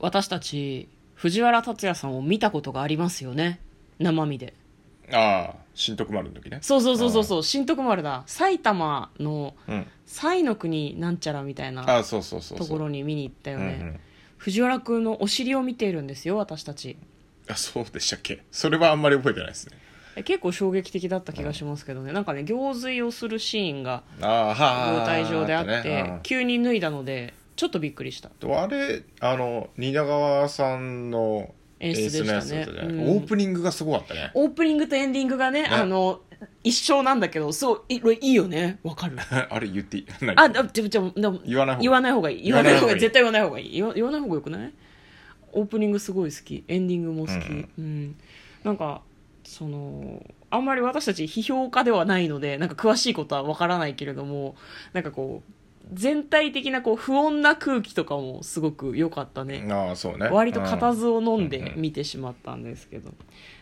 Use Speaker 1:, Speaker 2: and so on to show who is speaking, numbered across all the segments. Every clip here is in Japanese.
Speaker 1: 私たち藤原竜也さんを見たことがありますよね生身で
Speaker 2: ああ新徳丸の時ね
Speaker 1: そうそうそうそうそう新徳丸だ埼玉の
Speaker 2: うん
Speaker 1: 西の国なんちゃらみたい
Speaker 2: あ
Speaker 1: な
Speaker 2: あそうそうそうそ
Speaker 1: と
Speaker 2: う
Speaker 1: ころに見に行ったよね
Speaker 2: うんうん
Speaker 1: 藤原くんのお尻を見ているんですよ私たち
Speaker 2: あそうでしたっけそれはあんまり覚えてないですね
Speaker 1: え結構衝撃的だった気がしますけどね、なんかね行水をするシーンが
Speaker 2: ああはあ
Speaker 1: 舞台上であって
Speaker 2: ねうん
Speaker 1: 急に脱いだのでちょっとびっくりした
Speaker 2: とあれあの蜷川さんの
Speaker 1: 演出でしたね
Speaker 2: 演出のやつだったじゃない
Speaker 1: うん
Speaker 2: オープニングがすごかったね
Speaker 1: オープニングとエンディングがねあの一緒なんだけどそういいいよねわかる
Speaker 2: あれ言っていい何
Speaker 1: あでもでもでもでも
Speaker 2: 言わない方が
Speaker 1: 言わない方がいい
Speaker 2: 言わない方がいい
Speaker 1: 絶対言わない方がいい言わ言わない方がよくないオープニングすごい好きエンディングも好き、う
Speaker 2: うんん
Speaker 1: なんかそのあんまり私たち批評家ではないのでなんか詳しいことはわからないけれどもなんかこう全体的なこう不穏な空気とかもすごく良かったね、
Speaker 2: ああそうね
Speaker 1: 割と固
Speaker 2: づ
Speaker 1: 唾を飲ん
Speaker 2: うん
Speaker 1: で
Speaker 2: うん
Speaker 1: 見てしまったんですけど、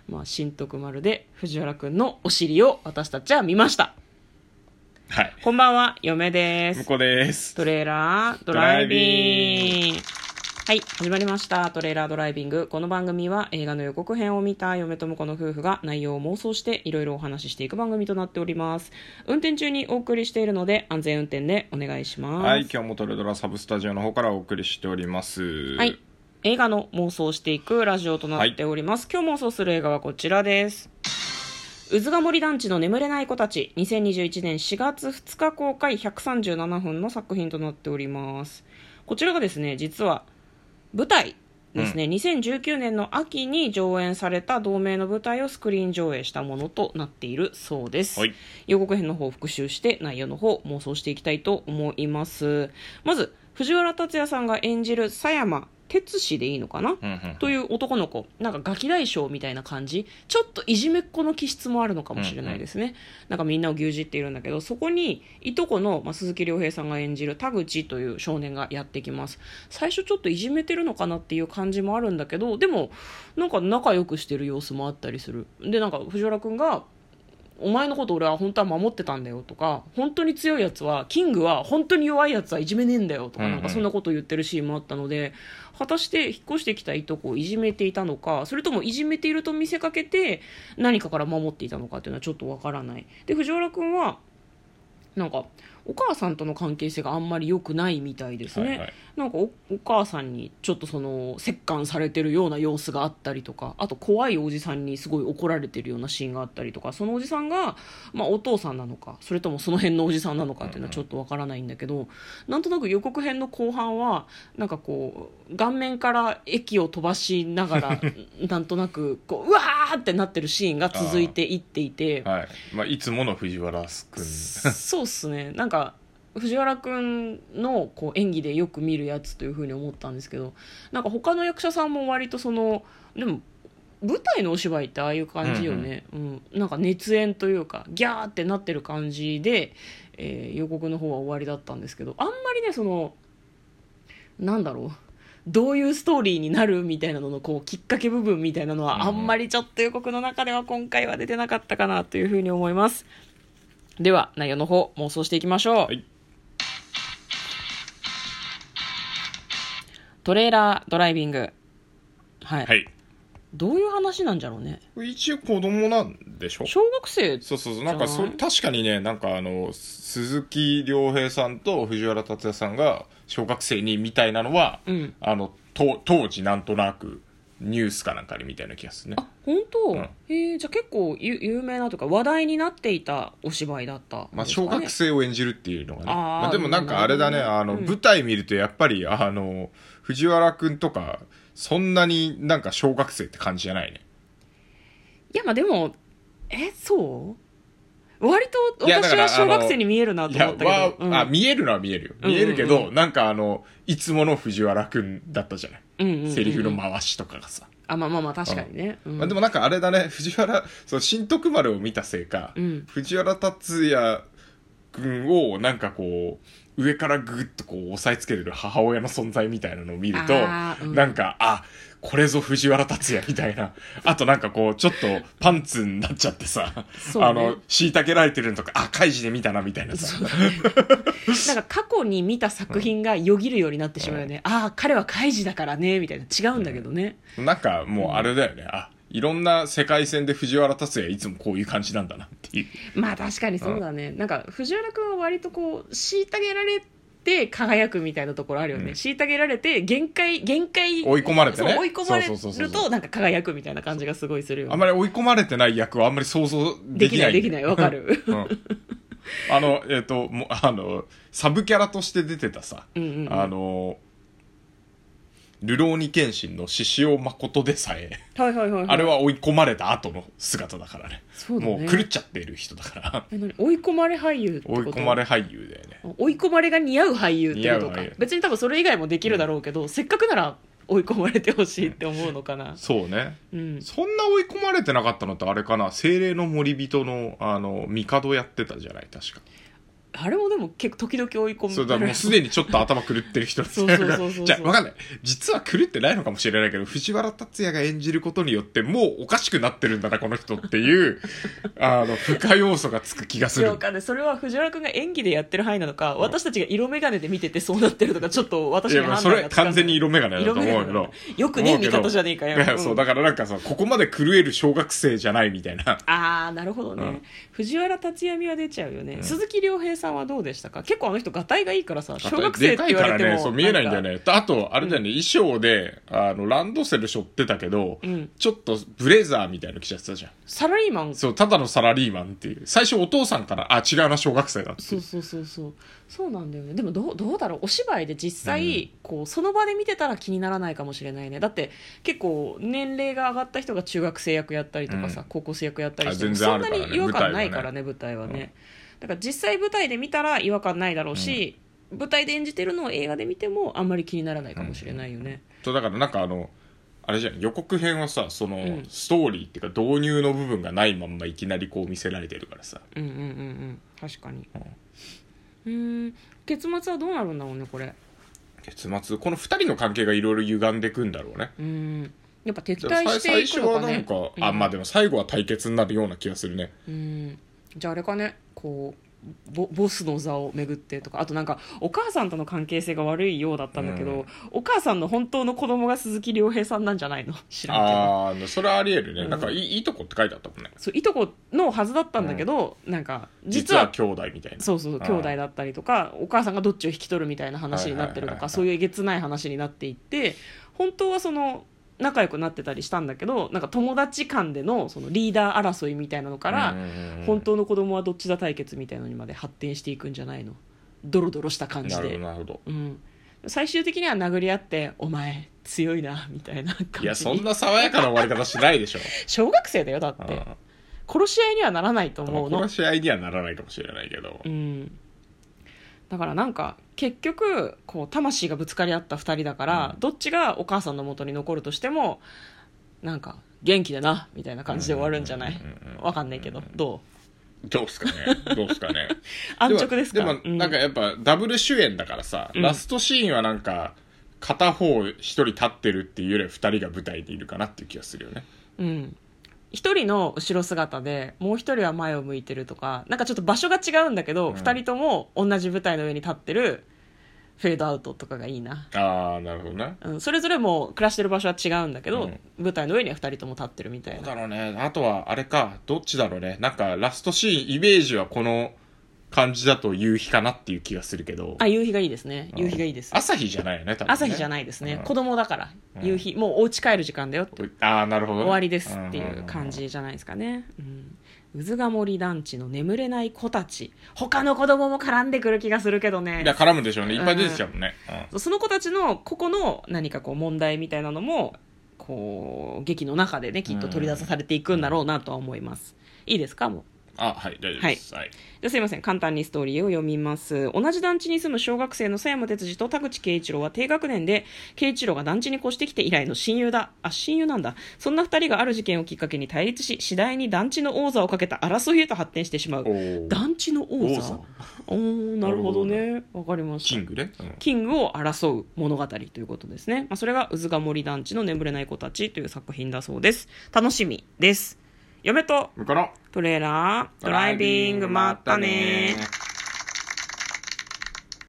Speaker 1: まあ、新徳丸で藤原くんのお尻を私たちは見ました
Speaker 2: はい
Speaker 1: こんばんは嫁で
Speaker 2: 向
Speaker 1: す
Speaker 2: こうです
Speaker 1: トレーラードライビングはい始まりましたトレーラードライビングこの番組は映画の予告編を見た嫁と婿の夫婦が内容を妄想していろいろお話ししていく番組となっております運転中にお送りしているので安全運転でお願いします
Speaker 2: はい今日もトレドラサブスタジオの方からお送りしております
Speaker 1: はい。映画の妄想をしていくラジオとなっております。今日妄想する映画はこちらです。うずが森団地の眠れない子たち、2021年4月2日公開137分の作品となっております。こちらがですね、実は舞台ですね、2019年の秋に上演された同名の舞台をスクリーン上映したものとなっているそうです。
Speaker 2: はい
Speaker 1: 予告編の方を復習して内容の方妄想していきたいと思いますまず藤原竜也さんが演じる狭山哲司でいいのかな、
Speaker 2: うんうん
Speaker 1: という男の子なんかガキ大将みたいな感じちょっといじめっ子の気質もあるのかもしれないですね、なんかみんなを牛耳っているんだけどそこにいとこの、まあ、鈴木亮平さんが演じる田口という少年がやってきます最初ちょっといじめてるのかなっていう感じもあるんだけどでもなんか仲良くしてる様子もあったりするでなんか藤原君がお前のこと俺は本当は守ってたんだよとか本当に強いやつはキングは本当に弱いやつはいじめねえんだよとか
Speaker 2: うんうん
Speaker 1: なんかそんなことを言ってるシーンもあったので果たして引っ越してきたいとこをいじめていたのかそれともいじめていると見せかけて何かから守っていたのかっていうのはちょっとわからないで藤原君はなんかお母さんとの関係性があんまり良くないみたいですね、
Speaker 2: はいはい
Speaker 1: なんかおお母さんにちょっとその折檻されてるような様子があったりとかあと怖いおじさんにすごい怒られてるようなシーンがあったりとかそのおじさんが、まあ、お父さんなのかそれともその辺のおじさんなのかっていうのはちょっとわからないんだけど、なんとなく予告編の後半はなんかこう顔面から液を飛ばしなが らなんとなくこううわーってなってるシーンが続いていっていて。
Speaker 2: はいまあ、いつもの藤原君
Speaker 1: そうっすねなんか藤原君のこう演技でよく見るやつというふうに思ったんですけどなんか他の役者さんも割とそのでも舞台のお芝居ってああいう感じよね、うんなんか熱演というかギャーってなってる感じで、えー予告の方は終わりだったんですけどあんまりねそのなんだろうどういうストーリーになるみたいなののこうきっかけ部分みたいなのはあんまりちょっと予告の中では今回は出てなかったかなというふうに思いますでは内容の方妄想していきましょう、
Speaker 2: はい
Speaker 1: トレーラードライビングはい、
Speaker 2: はい
Speaker 1: どういう話なんじゃろうね
Speaker 2: これ一応子供なんでしょ
Speaker 1: 小学生
Speaker 2: そうそうそうなんか
Speaker 1: じゃ
Speaker 2: そ
Speaker 1: ない
Speaker 2: 確かにねなんかあの鈴木亮平さんと藤原竜也さんが小学生にみたいなのは、
Speaker 1: うん
Speaker 2: あのと当時なんとなくニュースかなんかでみたいな気がするね
Speaker 1: あ本当、
Speaker 2: うん
Speaker 1: へえじゃあ結構ゆ有名なというか話題になっていたお芝居だったんですかね、
Speaker 2: まあ、小学生を演じるっていうのがね
Speaker 1: あー
Speaker 2: まあ、でもなんかあれだね
Speaker 1: なるほ
Speaker 2: あ
Speaker 1: どね
Speaker 2: の
Speaker 1: うん
Speaker 2: 舞台見るとやっぱりあの藤原君とかそんなになんか小学生って感じじゃないね
Speaker 1: いやまあでもえそう割と
Speaker 2: いやだ
Speaker 1: 私
Speaker 2: から
Speaker 1: は小学生に見えるなと
Speaker 2: い
Speaker 1: 思
Speaker 2: や
Speaker 1: ったけ
Speaker 2: わ
Speaker 1: どうん
Speaker 2: あ見えるのは見えるよ
Speaker 1: うんうんうん
Speaker 2: 見えるけど、なんかあのいつもの藤原君だったじゃない、
Speaker 1: うんうんうん
Speaker 2: セリフの回しとかがさ、
Speaker 1: あまあまあまあ確かにね、うん
Speaker 2: まあ、でもなんかあれだね藤原その新徳丸を見たせいか、
Speaker 1: うん
Speaker 2: 藤原竜也君をなんかこう上からグッとこう押さえつけてる母親の存在みたいなのを見ると、
Speaker 1: あーうん
Speaker 2: なんか、あ、これぞ藤原竜也みたいな。 あとなんかこう、ちょっとパンツになっちゃってさ、
Speaker 1: そうね
Speaker 2: あの、虐げられてるのとか、あ、カイジで見たなみたいなさ。
Speaker 1: なんか過去に見た作品がよぎるようになってしまうよね、ああ彼は怪事だからねみたいな違うんだけどね、
Speaker 2: なんかもうあれだよね。あ、いろんな世界線で藤原竜也いつもこういう感じなんだなっていう。
Speaker 1: まあ確かにそうだね、なんか藤原君は割とこう虐げられて輝くみたいなところあるよね、
Speaker 2: うん
Speaker 1: 虐げられて限界限界
Speaker 2: 追い込まれてね
Speaker 1: そう追い込まれ
Speaker 2: そうそうそう
Speaker 1: る
Speaker 2: そ
Speaker 1: と
Speaker 2: う
Speaker 1: なんか輝くみたいな感じがすごいするよね
Speaker 2: あんまり追い込まれてない役はあんまり想像で
Speaker 1: で
Speaker 2: き
Speaker 1: き
Speaker 2: な。
Speaker 1: ないいできないわか。る
Speaker 2: うんあの、えっ、と、もうあの、サブキャラとして出てたさ、
Speaker 1: うんうんうん
Speaker 2: あの、ルローニケンシンの獅子王誠でさえ、
Speaker 1: はいはいはい、はい、
Speaker 2: あれは追い込まれた後の姿だからね。
Speaker 1: そうだね
Speaker 2: もう狂っちゃってる人だから。
Speaker 1: え何追い込まれ俳優ってこ
Speaker 2: 追い
Speaker 1: と
Speaker 2: 込まれ俳優だよね。
Speaker 1: 追い込まれが似合う俳優ってこと
Speaker 2: 似合
Speaker 1: か
Speaker 2: う俳優
Speaker 1: 別に多分それ以外もできるだろうけど、せっかくなら追い込まれてほしいって思うのかな、
Speaker 2: そうね。
Speaker 1: うん、
Speaker 2: そんな追い込まれてなかったのってあれかな精霊の森人の、あの、帝やってたじゃない、確か。
Speaker 1: あれもでも結構時々追い込む
Speaker 2: そうだからもうすでにちょっと頭狂ってる人です
Speaker 1: そうそうそうそう
Speaker 2: じゃあ分かんない実は狂ってないのかもしれないけど藤原竜也が演じることによってもうおかしくなってるんだなこの人っていう あの不可要素がつく気が
Speaker 1: そ
Speaker 2: す
Speaker 1: う
Speaker 2: る
Speaker 1: かねそれは藤原君が演技でやってる範囲なのか、私たちが色眼鏡で見ててそうなってるのかちょっと私
Speaker 2: い
Speaker 1: に
Speaker 2: や
Speaker 1: 判
Speaker 2: まあ
Speaker 1: 断
Speaker 2: それ
Speaker 1: がつかな
Speaker 2: 完
Speaker 1: い
Speaker 2: 全に色眼鏡だと思うけ
Speaker 1: 色眼
Speaker 2: ど
Speaker 1: 鏡よくねえ
Speaker 2: 思うけど
Speaker 1: 味方じゃねえかよ
Speaker 2: いやそううんだからなんかさここまで狂える小学生じゃないみたいな
Speaker 1: ああなるほどね、
Speaker 2: うん
Speaker 1: 藤原竜也味は出ちゃうよね、
Speaker 2: うん
Speaker 1: 鈴木亮平さんはどうでしたか結構あの人がたいがいいからさ小学生
Speaker 2: で
Speaker 1: って
Speaker 2: かい
Speaker 1: 言
Speaker 2: か
Speaker 1: われ
Speaker 2: ら
Speaker 1: ても
Speaker 2: ねそう見えないんだよ
Speaker 1: か
Speaker 2: ねあとあれだよね、衣装であのランドセル背負ってたけど、
Speaker 1: うん
Speaker 2: ちょっとブレザーみたいなの着ちゃってたじゃん
Speaker 1: サラリーマン
Speaker 2: そう、ただのサラリーマンっていう。最初お父さんから、あ、違うな、小学生だって。
Speaker 1: そうそうそうそうそうなんだよねでもどうどうだろうお芝居で実際、こうその場で見てたら気にならないかもしれないねだって結構年齢が上がった人が中学生役やったりとかさ、
Speaker 2: うん
Speaker 1: 高校生役やったりして
Speaker 2: あ
Speaker 1: も
Speaker 2: 全然
Speaker 1: そ
Speaker 2: あ
Speaker 1: ん
Speaker 2: る
Speaker 1: な
Speaker 2: からね
Speaker 1: に違和感ないからね舞台はねだから実際舞台で見たら違和感ないだろうし、舞台で演じてるのを映画で見てもあんまり気にならないかもしれないよね、
Speaker 2: そうだからなんかあの、あれじゃん、予告編はさ、その、
Speaker 1: ん
Speaker 2: ストーリーっていうか導入の部分がないまんまいきなりこう見せられてるからさ。
Speaker 1: うん、うんうんうん確かにうん結末はどうなるんだろうねこれ
Speaker 2: 結末、この二人の関係がいろいろ歪んでくんだろうね。
Speaker 1: うんやっぱ敵
Speaker 2: じゃあ
Speaker 1: 対
Speaker 2: さ
Speaker 1: して
Speaker 2: 最
Speaker 1: いく
Speaker 2: 初
Speaker 1: の
Speaker 2: は
Speaker 1: か
Speaker 2: な
Speaker 1: ね
Speaker 2: んか、
Speaker 1: うん
Speaker 2: あ、まあでも最後は対決になるような気がするね。
Speaker 1: うんじゃああれかねこうボボスの座を巡ってとかあとなんかお母さんとの関係性が悪いようだったんだけど、
Speaker 2: うん
Speaker 1: お母さんの本当の子供が鈴木亮平さんなんじゃないの知らんけど
Speaker 2: ああ、それはあり得るね。
Speaker 1: うん
Speaker 2: なんかいい、いいとこって書いてあったもんね。
Speaker 1: そういとこのはずだったんだけど、なんか実
Speaker 2: 実
Speaker 1: は
Speaker 2: は兄弟みたいな。
Speaker 1: そうそうそう
Speaker 2: あー
Speaker 1: 兄弟だったりとかお母さんがどっちを引き取るみたいな話になってる
Speaker 2: はい
Speaker 1: と
Speaker 2: はいはいは
Speaker 1: か
Speaker 2: い
Speaker 1: そういうえげつない話になっていって本当はその仲良くなってたりしたんだけどなんか友達間でのそのリーダー争いみたいなのから、
Speaker 2: うんうんうん
Speaker 1: 本当の子供はどっちだ対決みたいなのにまで発展していくんじゃないのドロドロした感じ
Speaker 2: なるほ
Speaker 1: で
Speaker 2: ど、、なるほど。
Speaker 1: うん、最終的には殴り合って「お前強いな」みたいな感じ
Speaker 2: いや、そん
Speaker 1: に
Speaker 2: な爽やかな終わり方しないでしょ。
Speaker 1: 小学生だよだっ
Speaker 2: う
Speaker 1: て
Speaker 2: ん
Speaker 1: 殺し合いにはならないと思う
Speaker 2: まあ
Speaker 1: の
Speaker 2: 殺し合いにはならないかもしれないけど、
Speaker 1: うん、だからなんか結局こう魂がぶつかり合った2人だから、
Speaker 2: うん
Speaker 1: どっちがお母さんの元に残るとしてもなんか元気でなみたいな感じで終わるんじゃない
Speaker 2: うんうんうんうん
Speaker 1: わかんないけどど
Speaker 2: どうすか ねどうすかね
Speaker 1: 安直ですか
Speaker 2: でも
Speaker 1: う
Speaker 2: なんかやっぱダブル主演だからさ、
Speaker 1: うん
Speaker 2: ラストシーンはなんか片方一人立ってるっていうよりは二人が舞台にいるかなっていう気がするよね
Speaker 1: うん一人の後ろ姿でもう一人は前を向いてるとかなんかちょっと場所が違うんだけど、
Speaker 2: うん
Speaker 1: 二人とも同じ舞台の上に立ってるフェードアウトとかがいいな、
Speaker 2: ああなるほどね
Speaker 1: うん、それぞれもう暮らしてる場所は違うんだけど、
Speaker 2: うん
Speaker 1: 舞台の上には二人とも立ってるみた
Speaker 2: ど
Speaker 1: いうな
Speaker 2: だろうねあとはあれかどっちだろうねなんかラストシーンイメージはこの感じだと夕日かなっていう気がするけど
Speaker 1: あ夕日がいいですね夕日がいいです、
Speaker 2: 朝日じゃないよね多分ね
Speaker 1: 朝日じゃないですね、
Speaker 2: うん
Speaker 1: 子供だから、
Speaker 2: うん
Speaker 1: 夕日もうお家帰る時間だよって
Speaker 2: ああなるほどね、
Speaker 1: 終わりですっていう感
Speaker 2: んんん
Speaker 1: じじゃないですかね、うん、渦ヶ森団地の眠れない子たち他の子供も絡んでくる気がするけど
Speaker 2: うん
Speaker 1: ね
Speaker 2: いや絡むでしょうねいっぱい出てきちゃうもんね、うん
Speaker 1: その子たちの個々の何かこう問題みたいなのもこう劇の中でねきっと取り出さされていくんだろうなとは思います、いいですかもう
Speaker 2: あはい大丈夫ですはい、
Speaker 1: じゃあすいません簡単にストーリーを読みます同じ団地に住む小学生の佐山哲司と田口圭一郎は低学年で圭一郎が団地に越してきて以来の親友だあ親友なんだそんな2人がある事件をきっかけに対立し次第に団地の王座をかけた争いへと発展してしまう
Speaker 2: おー
Speaker 1: 団地の王
Speaker 2: 王
Speaker 1: 座
Speaker 2: 座
Speaker 1: おーなるほどねわかりました
Speaker 2: キングね、うん
Speaker 1: キングを争う物語ということですね、まあ、それが「うずが森団地の眠れない子たち」という作品だそうです楽しみです嫁と
Speaker 2: 向こうの
Speaker 1: トレーラードライビングまったね
Speaker 2: ー